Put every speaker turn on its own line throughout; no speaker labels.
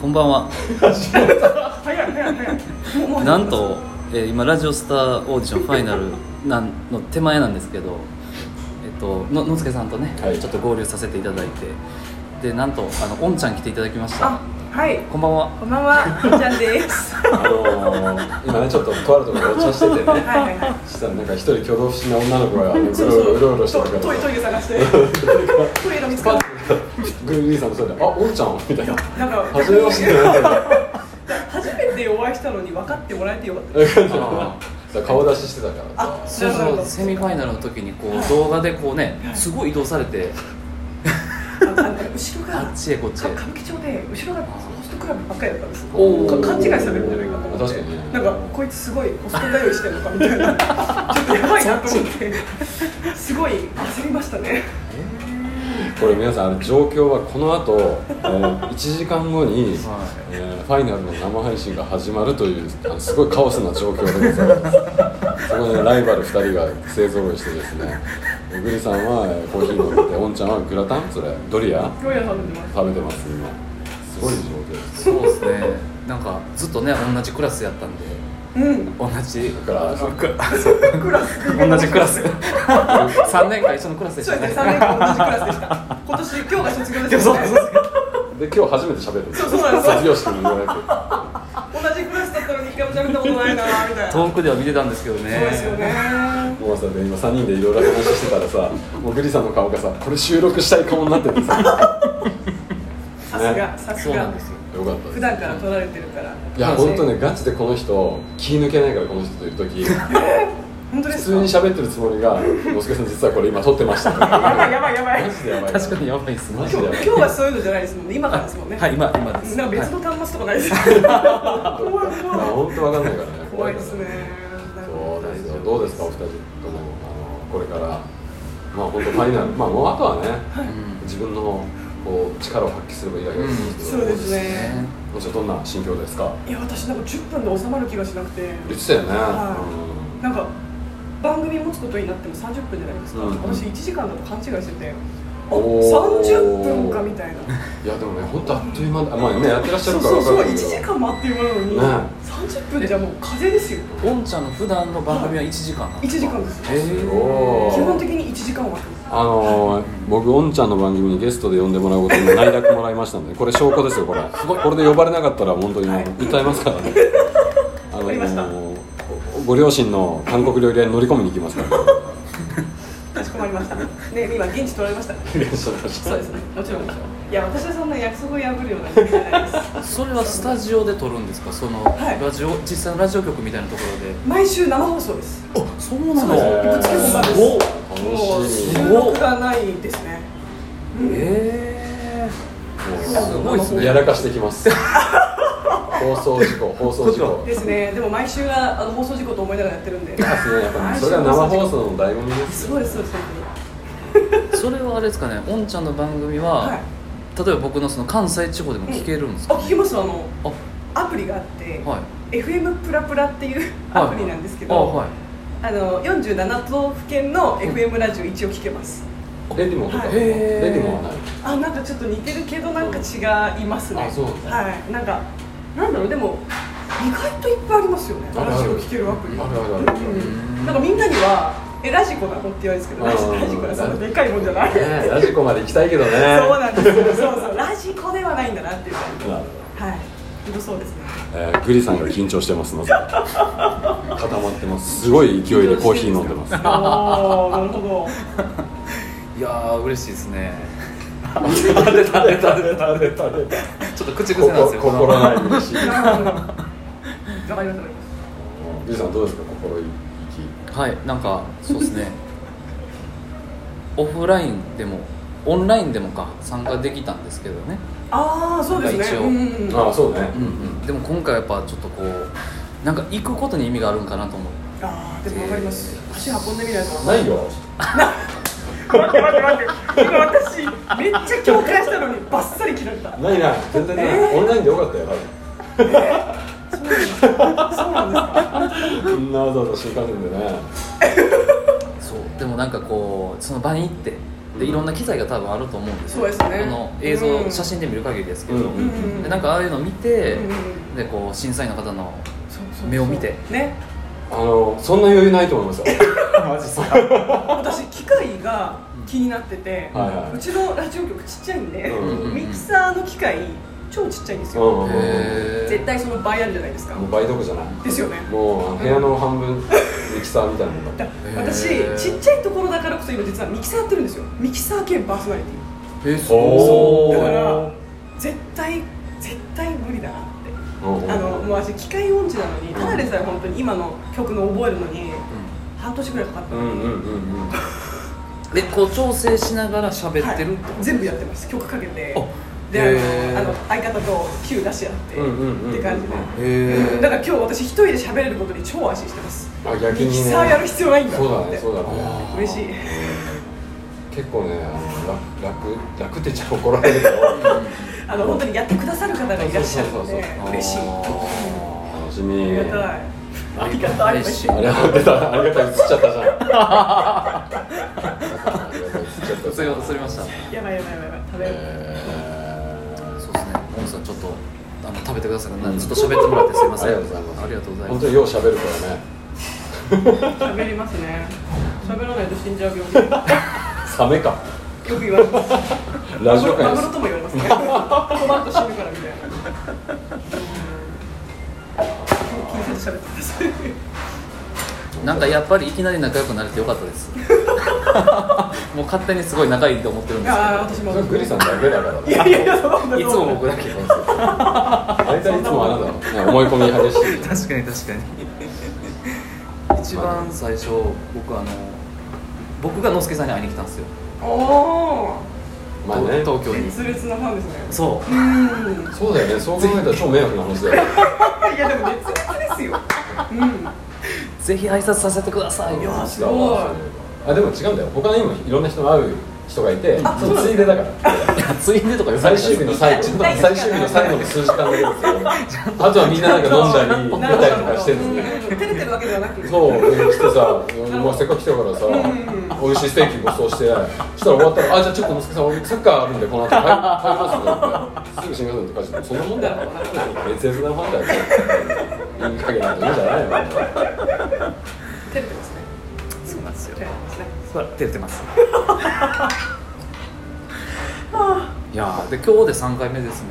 こんばん は
早い早い早いもうもう
なんと、えー今ラジオスターオーディションファイナルなんの手前なんですけど、えっと、の野付さんとね、
はい
ちょっと合流させていただいてでなんとあのおんちゃん来ていただきました
あはい
こんばんは
こんばんはじゃんですは
あのー、今ねちょっととあるところでお茶してて
い
ね
はいはい
そしたらなんか一人挙動不審な女の子があのう
そうそう
ろうろうろうろしてる
トト
か
イレトイレ探してトイレの見つからっ
パッグリーさんのそれで「あおんちゃん」みたいな「
たなんか
初めまして」みたいな
初めてお会いしたのに分かってもらえてよかった
感じで顔出ししてたからさ
あ
そ
そうう
そ
そうう
セミファイナルの時にこう動画でこうねすごい移動され て
あの後ろが
あっちへこっち
か
へ
歌舞伎町で後ろがホストクラブばっかりだったんです
おー
か勘違いされるんじゃないかと思って
確かにね
なんかこいつすごいホスト頼りしてるのかみたい なちょっとやばいなと思ってすごい焦りましたね
これ皆さんあの状況はこの後、えー、1時間後に、えーファイナルの生配信が始まるというあのすごいカオスな状況でございますそこでライバル2人が勢ぞろいしてですね小栗さんはえーコーヒー飲んでておんちゃんはグラタンそれドリア
ロイヤさんでます
食べてます今すごい状況です
そうですねなんかずっとね同じクラスやったんで
うん
同じ
だからそ
クラ ス
同じクラ ス 3年間一緒のクラスでし
そう
た
ですね
ね
3年間同じクラスでした今年今日が卒業です
そ
よ
う
ね
そうそう
で今日初めて喋るんですよ
そうそうなんですよ
卒業式に言われて
同じクラスだったのにひかるちゃん見たことないなみたいなそう
遠くでは見てたんですけどね
ですよね
もうさで今3人でいろいろ話してたらさ小栗さんの顔がさこれ収録したい顔になっててさ
さすがさす
そうな
が
んですよ
よかったです
普段から撮られてるから
いや本当ねガチでこの人気抜けないからこの人といる時普
本当です
通
か
に喋ってるつもりが「おすけさん実はこれ今撮ってま した」
やばいやばいやばい
マジでやばい
確かにやばいですね
マジ
今日
でやばい
今日はそういうのじゃないですもんね今からですもんね
はい今今です
なんか別の端末とかないですか怖い
まあ
怖い
本当わかんないからね
怖いですね
そうですよどうですかお二人ともあのこれからまあ本当ファイナルまあもうあとはね
はいうん
自分のこう力を発揮すればいいだけです
そうですね
もちろんどんな心境ですか
いや私なんか10分で収まる気がしなくて
言ってたよね、
はいなんか番組持つことになっても30分じゃないですか、
うん
私1時間だと勘違いしててあ
おー
30分かみたいな
うんいやでもね本当あっという間だまあねやってらっし
そ
ゃる
う
から
そう
わか
そう
る
1
けど
時間もあっという間なのに、
ね
30分じゃもう風ですよ
おんちゃんの普段の番組は1時間なん
1
です
時
か
間です
へ
基
ー
すごい
本的に1時間は
あのー、僕おんちゃんの番組にゲストで呼んでもらうことに内諾もらいましたのでこれ証拠ですよこれこれで呼ばれなかったら本当にもう訴えますからね、あの
わかりました
ごご両親の韓国料理屋に乗り込みに行きま すから、ね、
かしこまりましたね今現地取られましたそうですねもちろんもちろんいや私はそんな約束を破るような人じゃないです
それはスタジオで撮るんですかその、
はい
ラジオ実際のラジオ局みたいなとこ
毎週生放送です
ろであそうな
のぶつけ本番ですも
楽
う
しい
収録がないですね
えすごいですね
やらかしてきます放送事故放送事故で
ですねでも毎週はあの放送事故と思いながらやってるんです
ねやっぱりそれが生放送の醍醐味です
そうですそうです
ーそれはあれですかねおんちゃんの番組は、
はい
例えば僕のその関西地方でも聞けるんです
あ
か、
聞きますあの
あ
アプリがあって、
はい
FM プラプラっていうアプリなんですけど、
あはい
あの47都道府県の FM ラジオ一応聞けます、
レディモとか
はい
へー
レディモはない
あなんかちょっと似てるけどなんか違いますね
あそうなんだ
はいなんかなんだろうでも意外といっぱいありますよね
ある
ラジオ聞けるアプリ
あるあるある
うんなんかみんなにはえラジコだもって言われるんですけどラジ
あー
ラジコはそんなでかいもんじゃない、
ねえラジコまで行きたいけどね
そうなんですよそうそうラジコではないんだなっていう感じ
なるほど
はい本当そうですね
えー、グリさんが緊張してますので固まってますすごい勢いでコーヒー飲んでます
おーなるほど
いやー嬉しいです ねちょっと口癖なんですよ
心ない嬉しい
なるほどわかりますわかります
グリさんどうですか心意
はいなんかそうですねオフラインでもオンラインでもか参加できたんですけどね、
ああそうですね
一応
うんうんうん
気ああそうね
うんうん、でも今回やっぱちょっとこうなんか行くことに意味があるんかなと思って
あーでもわかります足運んでみないと
ないよ
待って待って待って今私めっちゃ共感したのにバッサリ切られた
ないない全然ない、オンラインでよかったよ多
そうなんですかそうなんですか
分みんなわざわざ新幹線でね
そうでもなんかこうその場に行って
う
でいろんな機材が多分あると思うんですよ
そうですね
この映像、
うん
写真で見る限りですけど、
うん
うんうん
でなんかああいうの見て、
うんうん
でこう審査員の方の
そうそうそう
目を見て
ね
あのそんな余裕ないと思いますよ
マジっすか
私機械が気になってて、
はいはいう
ちのラジオ局ちっちゃいんで、
うん
うん
ミキサーの機械超ちっちゃいんです
うんうん
よ、
うん
へ
絶対その倍あるじゃないですか、
もう倍どころじゃない
ですよね
もうあの部屋の半分ミキサーみたいなもんだ
だ
ー
私ちっちゃいところだからこそ今実はミキサーやってるんですよミキサー兼パーソナリティ
えー、
お
そ
ー
だか
う
ら絶対絶対無理だなって
うんうん
あのもう私機械音痴なのにただでさえ本当に今の曲の覚えるのに半年ぐらいかかった
う
の
んうん
に、
うんうん
でこう調整しながら喋ってるって
はい全部やってます曲かけて
あ
で
へー
あのあの相方と Q 出し合って、
うんうんうん
って感じで、
へえ
だから今日私一人で喋れることに超安心してます
あ逆
ミ
に
キ
ね
サーやる必要ないんだ
そう
と思
だ
って
ねそうだね
嬉しい
結構ねあの楽楽楽って言っちゃ怒られ るけど
あの本当にやってくださる方がいらっしゃるの
そうそう
で
そうそう
嬉しい
楽し
あ
み
りがたいありがたい
嬉しい
あれは出たありがたい映っちゃったじゃんありがたい映っちゃった
それそれました
やばいやばいやばいやばい食べよう
えー
そうですねモンさんちょっとあの食べてください、ずっと喋ってもらってすいません
ありがとうございます
ありがとうござい
本
ま
当
す
によう喋るからね
喋りますね喋らないと死んじゃう病気よ
サメか
く言われます
ラジオ
マ
界
グ
で
ロ
す
とも言われますね困ると死ぬからみたいな気にせず喋ってください
なんかやっぱりいきなり仲良くなれてよかったですもう勝手にすごい仲いいと思ってるんです
ああ私も
それグリさんだけだから
い
ね
やいやいやそんな
けどいつも僕だけど
大体いつもあなたのね思い込み激しい
確かに確かに
一番最初僕あの僕がのすけさんに会いに来たんですよ、
おお
まあね
東京に
熱烈なファンですね
そう
ー
そうだよねそう考えたら超迷惑な話だよ
んいやでも熱烈ですようん
うぜひ挨拶させてください
いや
だわあでも違うんだよ他にもいろんな人が会う人がいてそのついでだから
ついでとか言われ
最
て
終日の最ちょっと最終日の最後の数時間だけですよあとはみんななんか飲んだり
な
出
るほどなるほ
たりとかして
ど
るんで
うん照れて
すね
るわけではなく
そう来てさ、まあ、せっかく来たからさ、
ん
美味しいステーキごちそうしてそしたら終わったら「あじゃあちょっとのすけさん俺サッカーあるんでこの後帰帰ります」って言って「すぐ死にます」って返して「そんなもんだよ熱烈なファンだよ」い い加減なこと言うんじゃないよ
照れてますね
そうなんですよ
照れてますね
照れてます いやーで今日で3回目ですね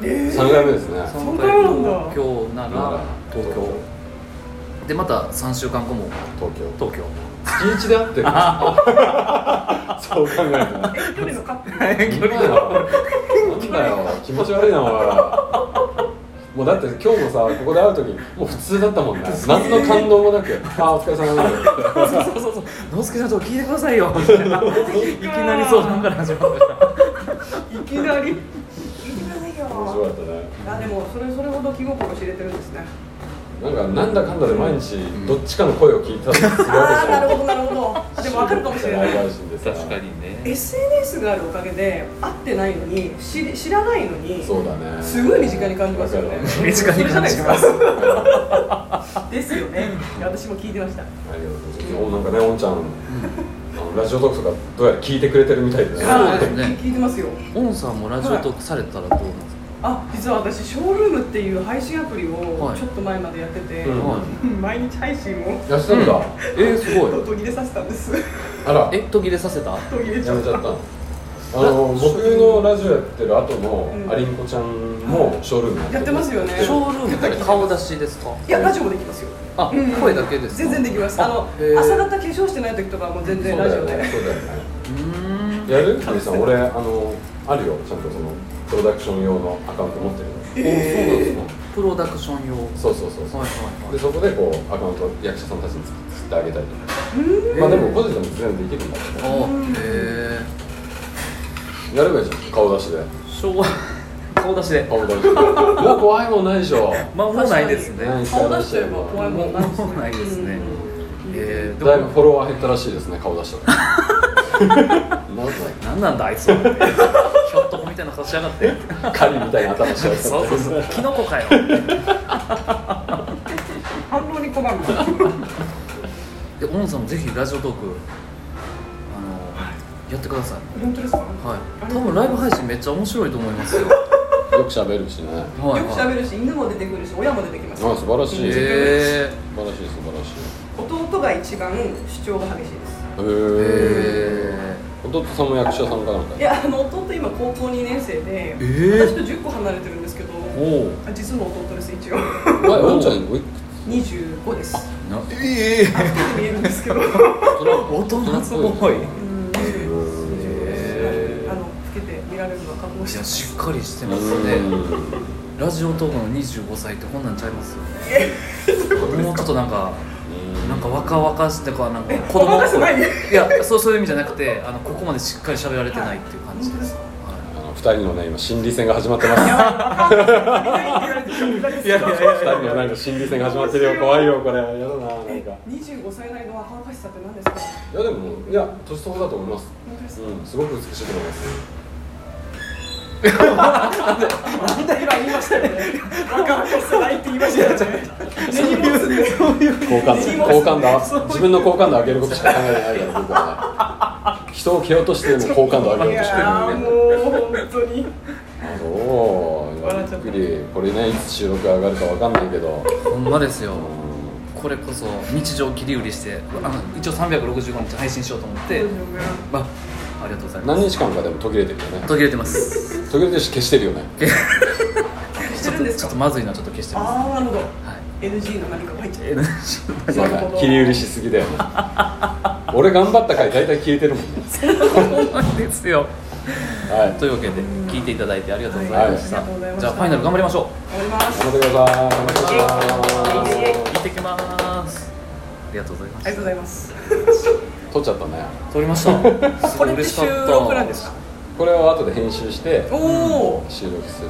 3回目ですね
三回目なんだ
東京なら東京でまた3週間後も
東京
東京
月一で会ってる そう考えるとね
え、一人のカップル
今よ今だよ気持ち悪いなお前らもうだって今日もさここで会う時もう普通だった もんね何の感動もなく「ああお疲れ様です」
そうそうそうそう「のすけさんと聞いてくださいよ」みたいないきなり相談から始まった
いきなり。いきなり
面白
よ。
かったね
あ、でも、それ、それほど気心知れてるんですね。
なんかなんだかんだで毎日どっちかの声を聞いてたりするわ
あ
け
あ、
じ
な
ゃ
んるほど、なるほど。でも、わかるかもしれない。
ライブ配信でさ
にね
S. N. S. があるおかげで、会ってないのに、知、知らないのに。
そうだね
すごい身近に感じますよね
わかるわ。
身近に感じます
それじゃないですか。ですよね。いや私も聞いてました。
ありがとうございますおなんかねおんちゃんあのラジオトークとかどうやら聞いてくれてるみたいでね
そう
あ
ですね
聞いてますよ。
オンさんもラジオトークされたらどうなんです
あ、実は私、ショールームっていう配信アプリを
はい
ちょっと前までやってて、
うん
か、
毎日配信を
やってんだ
えー、すごい
途切れさせたんです。
あら
え途切れさせた
途切れち
や
ゃ
め
っ。
ちゃったたあの僕のラジオやってる後
うん
のアリンコちゃんもショールームやって
やってますよね。
ショールームって顔出しですか
いや、ラジオもできますよ。
あ、
うん
声だけですか
全然できます。あの
へ、ー
朝方化粧してない時とかはもう全
そ
然
うだ
ラジ
よ
オ
ね
で。
そうだよね
うーん
やるゆりさん俺あのあるよちゃんとそのプロダクション用のアカウント持ってるよ
えー、プロダクション用はい
そうそうそうそう
はいは
でそこでこうアカウントを役者さんたちに作ってあげたりと
い
か、まあでも個人でも全然できるんだ
あ
け
ーへ
どやればいいじゃん顔出しで
え昭和顔出しで
顔出し でもう怖いもんないでしょ
まあもうないですね
ない
顔出しちゃえば怖いも
も
ん
うないですねえー、
だいぶ
で
フォロワー減ったらしいですね顔 出したらなんか
何なんだあいつはひょっとこみたいな顔しやがって
狩りみたいな頭しやがって
そうそうそうキノコかよ
反応に困る。
で、オンさんもぜひラジオトークあの、やってください
本当ですか
はい多分ライブ配信めっちゃ面白いと思いますよ
よく喋るしね
はい
よく喋るし犬も出てくるし親も出てきます
あ素晴らしい
へえ
素晴らしい素晴らしい
弟が一番主張が激しいです
へ
へ
え弟さんも役者さんかなんか
いやあの弟今高校2年生で、
えー
私と10個離れてるんですけど
えおお
あ実の弟です一応
前おんちゃんごいく
25です
なええ
あ太く見えるんですけどうん
大人すごい
25
へー
あの老けて見られるのは覚悟
い
して
や
ます
しっかりして
つ
ますね
うん
ラジオトークの25歳ってこんなんちゃいますもうちょっとなんかなんか若々しいってかなんか子
若々しくない
いやそうそういう意味じゃなくてあのここまでしっかり喋られてないっていう感じです、は
あの二人のね今心理戦が始まってます
いやいや
二人のなんか心理戦が始まってるよ怖いよこれやだななんかいや
25歳内の若々しさって何ですか
でもいや年相応だと思います
本当ですか
うんすごく美しいと思います
本当に今言いましたよね若々しさないって言いましたよね根に持つんです
好感度好感 度自分の好感度上げることしか考えてないから僕はね人を蹴落としてでも好感度上
い
げようとしてる
やー
ん
も
で
う本当に
あそう
笑
ゆ
っ
っ
ちゃった
くりこれねいつ収録上がるかわかんないけど
い、ほんまですよ
う
これこそ日常切り売りしてあの一応365日配信しようと思って、まあありがとうござい
ん
ます
何日間かでも途切れてるよね
途切れてます
途切れてるし消してるよね
ち
して
ょっ
るんで
と
す
ちょっと
か
まずいなちょっと消してま
ああなるほど
すはい
NG の何かが入っちゃう
ま
なるほ
あ
ど
切り売りしすぎだよね俺頑張った回大体消えてるもんね
そうなんですよ
はい
というわけで聞いていただいてありがとうございました、
はいありがとうございました
じゃあファイナル頑張りましょ
頑張ります
頑張ってください頑張ってくだ
う
さ
行ってきますありがとうございま
ありがとう
す
ございます
い取っちゃったね
撮りましたす ご
これ
い
って
嬉しか
収
った
録なんですか
これを後で編集して
おお
収録する